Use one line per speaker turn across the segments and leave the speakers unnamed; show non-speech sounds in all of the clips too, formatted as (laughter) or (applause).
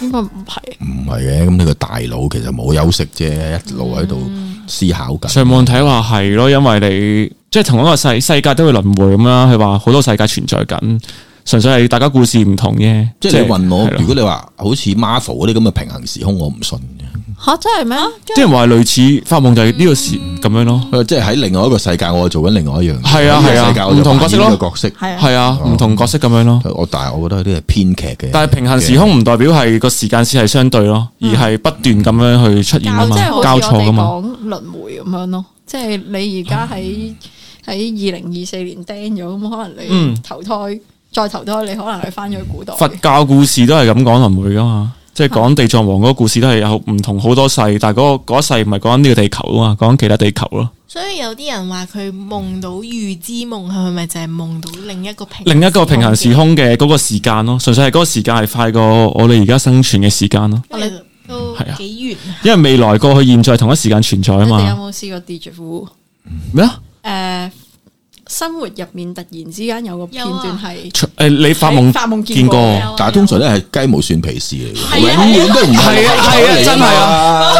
應該唔係。
嗯
唔係嘅，咁呢個大佬其實冇休息啫，一路喺度
嗯
思考緊。
上網睇話係咯，因為你即係同一個世世界都會輪迴咁啦。佢話好多世界存在緊，純粹係大家故事唔同啫。
即係你問我，
係咯
如果你話好似 Marvel 嗰啲咁嘅平行時空，我唔信嘅。
吓，真係咩？
即係話類似發夢就係呢個時咁樣咯。
佢話即係喺另外一個世界，我做緊另外一樣嘢。
嗯係啊
喺呢個
係啊
世界我就
唔同角色咯
扮演呢個角色。
係啊，
係啊，唔同角色咁樣咯。
我但係我覺得呢啲係編劇嘅。
但係平行時空唔代表係個時間線係相對咯，而
嗯
係不斷咁樣去出現啊
教即係
嘛，
好
交
似我
錯噶
哋
嘛。嗯
講輪迴咁樣咯。即係你而家喺喺二零二四年釘咗，咁可能你
嗯
投胎再投胎，你可能係翻咗去古代。
佛教故事都係咁講輪迴噶嘛，即係講地藏王嗰個故事都係有唔同好多世，但係嗰個嗰一世唔係講緊呢個地球啊嘛，講緊其他地球咯。
所以有啲人話佢夢到預知夢，係咪就係夢到另一個平
另一個平行時？空嘅嗰個時間咯，純粹係嗰個時間係快過我哋而家生存嘅時間咯，
我哋都
係啊
幾遠啊
因為未來過去現在同一時間存在啊
你哋有
嘛。
冇試過 deja vu？
咩啊？
誒，生活入面突然之間有個片段係
誒，你發夢
喺發夢見
見過？
過
係啊
但係通常咧係雞毛蒜皮事嚟嘅，
係
永
啊
遠都唔係
係啊，真係啊！
啊！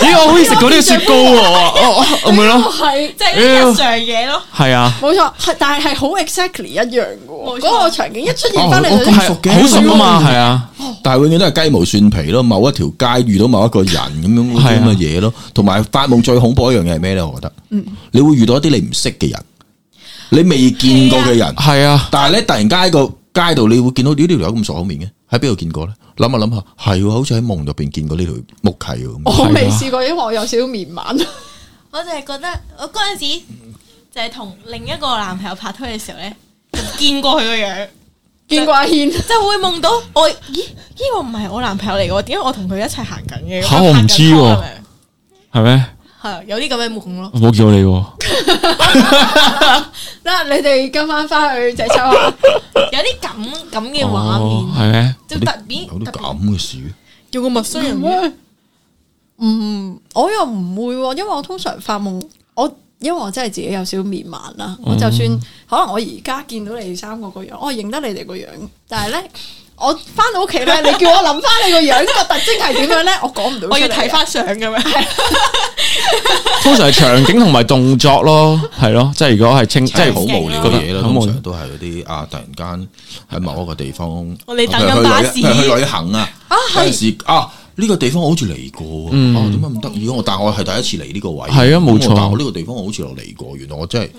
咦，我好似食到呢個雪糕喎，哦哦咁樣咯，
係
即係
哎
啲日常嘢咯。
係啊，
冇錯，係但係係好 exactly 一樣嘅喎。
冇錯
嗰個場景一出現翻
哦
嚟
我
就
咁
知
熟嘅
係好熟啊嘛，係啊，
但係永遠都係雞毛蒜皮咯，某一條街遇到某一個人咁樣嗰啲咁嘅嘢咯，同埋發夢最恐怖一樣嘢係咩咧？我覺得，你會遇到一啲你唔識嘅人，你未見過嘅人，
係啊，
但係咧突然間喺個街度你會見到呢條友咁熟口面嘅，喺邊度見過咧？諗下諗下，係喎，好似喺夢入邊見過呢條木契喎
哦
咁。
我
啊
未試過，因為我有少少面盲。
我就係覺得我嗰陣時就係同另一個男朋友拍拖嘅時候咧，就見過佢個樣，
見過阿軒，
就會夢到我咦呢個唔係我男朋友嚟嘅喎，點解我同佢一齊行緊嘅？
嚇我唔知喎
咁樣
係咩？
係啊有啲咁嘅夢咯。
我冇叫你喎，
嗱你哋今晚翻去隻抽下，
有啲咁咁嘅畫
哦
面，
係咩？
就特別
有啲
特
咁
別
嘅事，
用個陌生人嘅
嗯，我又唔會喎，因為我通常發夢，我因為我真係自己有少少面盲啦。我就算可能我而家見到你哋三個個樣，我認得你哋個樣，但係咧，我翻到屋企咧，你叫我諗翻你個樣個特徵係點樣咧，我講唔到。啊
我要睇，翻相咁樣，
通常係場景同埋動作咯，係咯，即係如果係清，即
真係
係
好
好
無
啊
聊嘅嘢咯。
好無
通
聊
常都係嗰啲啊，突然間喺某一個地方，
哦
我哋等緊巴士
譬如 (laughs) 去旅譬如去旅行啊，有陣時啊。呢個地方我好似嚟過喎，
嗯
啊點解咁得意？我但係我係第一次嚟呢個位，
係啊冇錯
咁我但係我呢個地方我好似我嚟過，原來我真係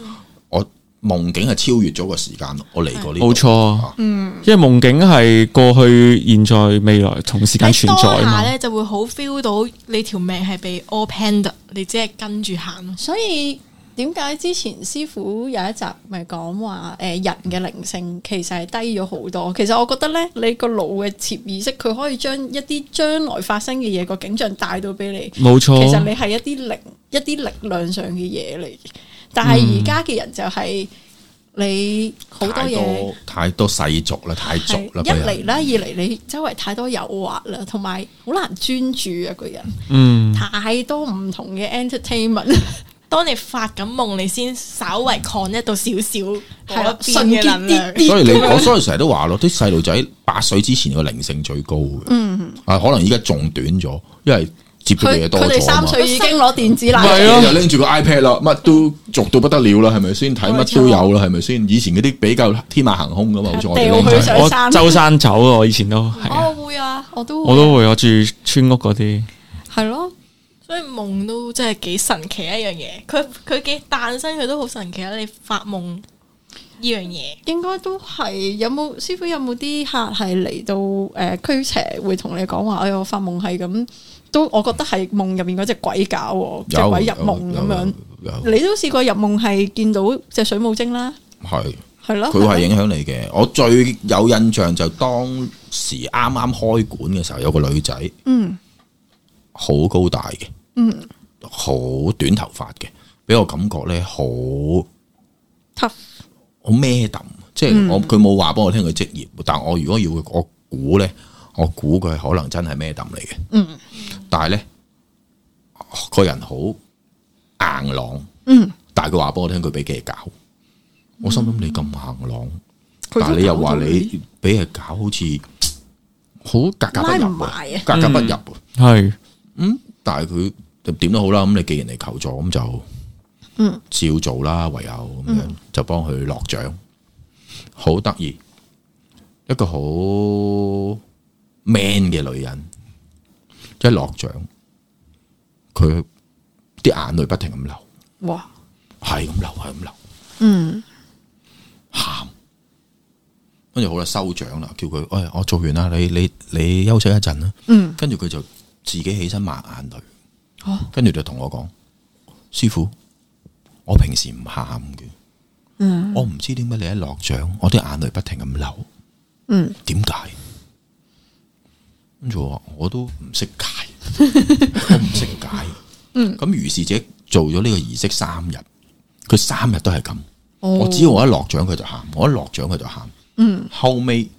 我夢境係超越咗個時間，我嚟過呢度。
冇錯
啊
嗯
因為夢境係過去、現在、未來同時間
喺
存在
當
啊
下
嘛。
咧就會好 feel 到你條命係被 all planned，你只係跟住行咯。
所以點解之前師傅有一集咪講話誒人嘅靈性其實係低咗好多？其實我覺得咧，你個腦嘅潛意識佢可以將一啲將來發生嘅嘢個景象帶到俾你。
冇錯，
其實你係一啲靈一啲力量上嘅嘢嚟，但係而家嘅人就係、你好多
太
嘢
多太多世俗啦，太俗
係
啦，
一嚟啦，二嚟你周圍太多誘惑啦，同埋好難專注啊個人，
嗯，
太多唔同嘅 entertainment。
當你發緊夢，你先稍微 connect 到少少
係
嗰
啦
一邊嘅能
純
量
潔啲啲。
所以你我所以成日都話咯，啲細路仔八歲之前個靈性最高嘅，啊可能依家仲短咗，因為接觸
嗯
嘅
佢
嘢多
佢哋
咗啊
三
嘛。
歲已經攞電子奶
係
嘴，
咯
又拎住個 iPad 啦，乜都俗到不得了啦，係咪先？睇乜都有啦，係咪先？以前嗰啲比較天馬行空噶嘛，好似我哋
掉
僆
佢
仔
上
我
山
周山走啊，我以前都係啊，
我會啊，
我都
我都會，我住村屋嗰啲，
係咯。
所以夢都真係幾神奇一樣嘢。佢佢嘅誕生佢都好神奇啊！你發夢呢樣嘢，
應該都係有冇師傅有冇啲客係嚟到誒、呃、驅邪會同你講話，哎呀我發夢係咁，都我覺得係夢入面嗰只鬼搞喎，只
有
鬼入夢咁樣。，
有有有
你都試過入夢係見到隻水母精啦，
係
係咯，
佢係影響你嘅。我最有印象就當時啱啱開館嘅時候，有個女仔，
嗯
好高大嘅，
嗯
好短頭髮嘅，俾我感覺咧好
tough
好咩抌，即係
嗯
我佢冇話俾我聽佢職業，但我如果要我估咧，我估佢可能真係咩抌嚟嘅。
嗯
但係咧個人好硬朗，
嗯，
但係佢話俾我聽佢俾嘢搞，我心諗你咁硬朗，
佢都
但係你又
搞到
話
你
你俾嘢搞好似好格格不
拉唔
入
埋
喎，
啊！
格格不入喎。
系
嗯，但系佢就點都好啦，咁你既然嚟求助，咁就
嗯
照做啦，唯有咁樣就幫佢落獎，好得意，一個好 man 嘅女人，一落獎，佢啲眼淚不停咁流，
哇，
係咁流，係咁流，
嗯
喊，跟住好啦，收獎啦，叫佢，喂、我做完啦，你你你休息一陣啦。
嗯，
跟住佢就自己起身抹眼淚，
哦
跟住就同我講：師傅，我平時唔喊嘅，
嗯
我唔知點解你一落獎，我啲眼淚不停咁流，
嗯，
點解？跟住我話我都唔識
(laughs)
解，我唔識解。
嗯
咁於是者做咗呢個儀式三日，佢三日都係咁。我只要我一落獎佢就喊，我一落獎佢就喊。
哦嗯，
後尾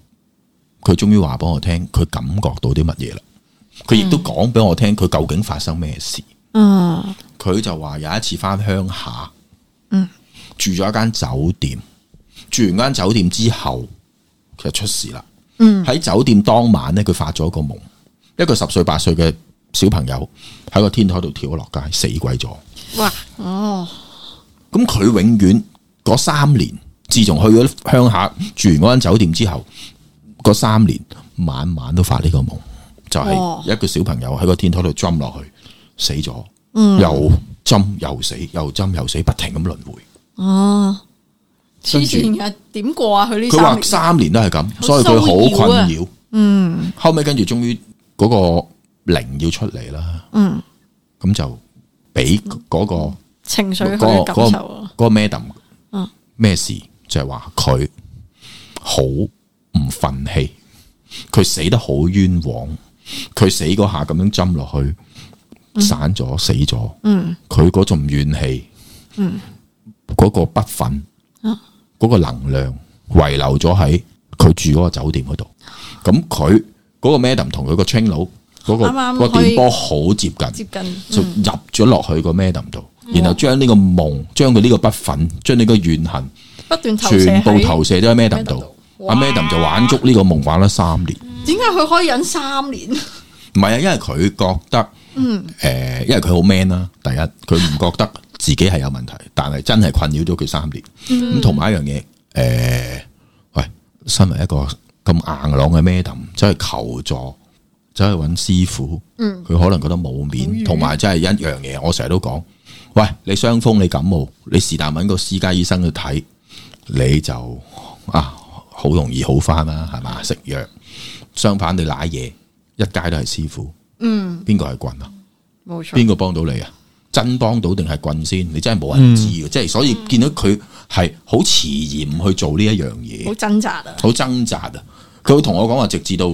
佢終於話俾我聽，佢感覺到啲乜嘢啦。佢亦都講俾我聽，佢究竟發生咩事。
啊，
佢就話有一次翻鄉下，
嗯，
住咗一間酒店，住完間酒店之後，佢就出事啦。
嗯
喺酒店當晚呢，佢發咗一個夢，一個十歲八歲嘅小朋友喺個天台度跳咗落街，死鬼咗。
哇，
哦，
咁佢永遠嗰三年，自從去咗鄉下住完嗰間酒店之後，嗰三年晚晚都發呢個夢，就係、一個小朋友喺個天台度針落去，死咗，又針又死，又針又死，不停咁輪迴。
哦，
跟
黐
住
線嘅，點過啊？佢呢
佢話
三年，
三年都係咁，所以佢好困擾。嗯，後尾跟住終於嗰個靈要出嚟啦，
嗯，
咁就俾嗰、個。
情緒佢
嗰
嘅
個
感受啊，
嗰個 madam，
嗯
咩事？就係話佢好唔忿氣，佢死得好冤枉，佢死嗰下咁樣針落去，散咗死咗，
嗯
佢嗰種怨氣，嗰、個不忿，嗰、
啊
個能量遺留咗喺佢住嗰個酒店嗰度，咁佢嗰個 madam 同佢個 chain 佬嗰個
啱啱
嗰個
可以
電波好接近。
接近，嗯哦
就入咗落去個 madam 度，然後將呢個夢、將佢呢個不忿、將呢個怨恨，
不斷投射
全部
喺
投射咗喺 madam
Madam
度
度。
阿 madam 就玩足呢個夢玩咗三年，
點解佢可以忍三年？
唔係啊，因為佢覺得，嗯，誒，因為佢好 man 啦，第一，佢唔覺得自己係有問題，但係真係困擾咗佢三年。咁同埋一樣嘢，誒，喂，身為一個咁硬朗嘅 madam，走去求助，走去揾師傅，佢可能覺得冇面，同埋真係一樣嘢，我成日都講，喂，你傷風你感冒，你是但揾個私家醫生去睇，你就啊好容易好翻啦，係嘛？食藥，相反你舐嘢，一街都係師傅，
嗯，
邊個係棍啊？
冇錯，
邊個幫到你啊？真幫到定係棍先？你真係冇人知嘅，即係所
嗯
以見到佢係好遲疑唔去做呢一樣嘢
好，掙扎啊，
好掙扎啊！佢會同我講話，直至到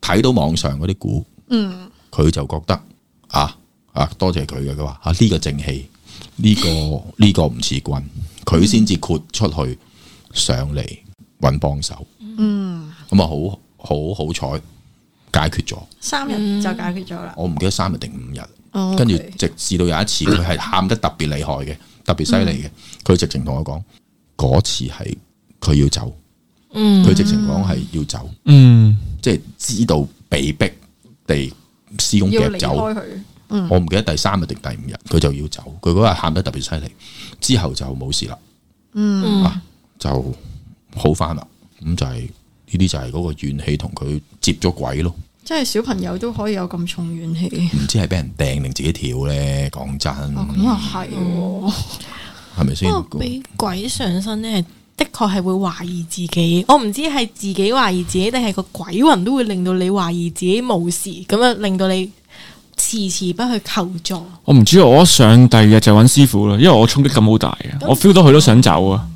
睇到網上嗰啲股，
嗯，
佢就覺得啊啊多謝佢嘅，佢話啊呢、個正氣，呢、個呢、個唔似棍，佢先至豁出去上嚟揾幫手，
嗯，
咁啊好好好彩解決咗，
三日就解決咗啦。
我唔記得三日定五日，
嗯哦
跟住
OK
直至到有一次佢係喊得特別厲害嘅，特別犀
嗯
利嘅，佢直情同我講嗰次係佢要走，
嗯
佢直情講係要走。
嗯
即係知道被逼地施工
要
夾
離
走。
開佢，
我唔記得第三日定第五日，佢就要走。佢嗰日喊得特別犀利，之後就冇事啦，
嗯
啊就好翻啦。咁就係呢啲就係嗰個怨氣同佢接咗軌咯，
即係小朋友都可以有咁重怨氣。
唔知係俾人掟定自己跳咧。講真，
哦，咁啊係喎，
係咪先
不？過哦俾鬼上身咧，的確係會懷疑自己。我唔知係自己懷疑自己，定係個鬼魂都會令到你懷疑自己冇事，咁樣令到你遲遲不去求助。
我唔知，我一上第二日就揾師傅啦，因為我衝擊感好大嘅，我 feel 到佢都想走啊。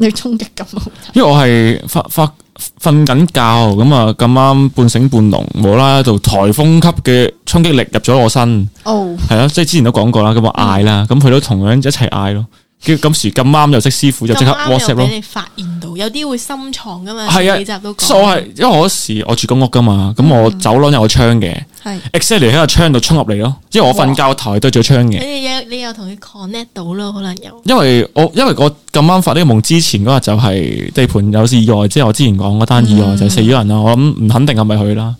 你衝擊咁好
因為我係發發瞓緊覺咁啊，咁啱半醒半濃，無啦啦度颱風級嘅衝擊力入咗我身，
哦，
係啊，即係之前都講過啦，咁我嗌啦，咁佢都同樣一齊嗌咯，跟住今時咁啱又識師傅，就即刻
咁啱又
WhatsApp 咯
俾。你發現到，有啲會深藏噶嘛，
係
前
啊
幾集都，
所以我
講。嗯
係因為我嗰時我住公屋噶嘛，咁我走廊有個窗嘅
係
，exactly 喺個窗度衝入嚟咯。因為我瞓覺頭係對住窗
你
嘅，
哋有你有同佢 connect 到咯，可能有。
因為我因為我咁啱發呢個夢之前嗰日就係地盤有事意外，即係我之前講嗰單
嗯
意外就係死咗人啦。我諗唔
哦
肯定係咪佢啦，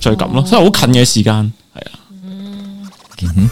就係咁咯，所以好近嘅時間係啊。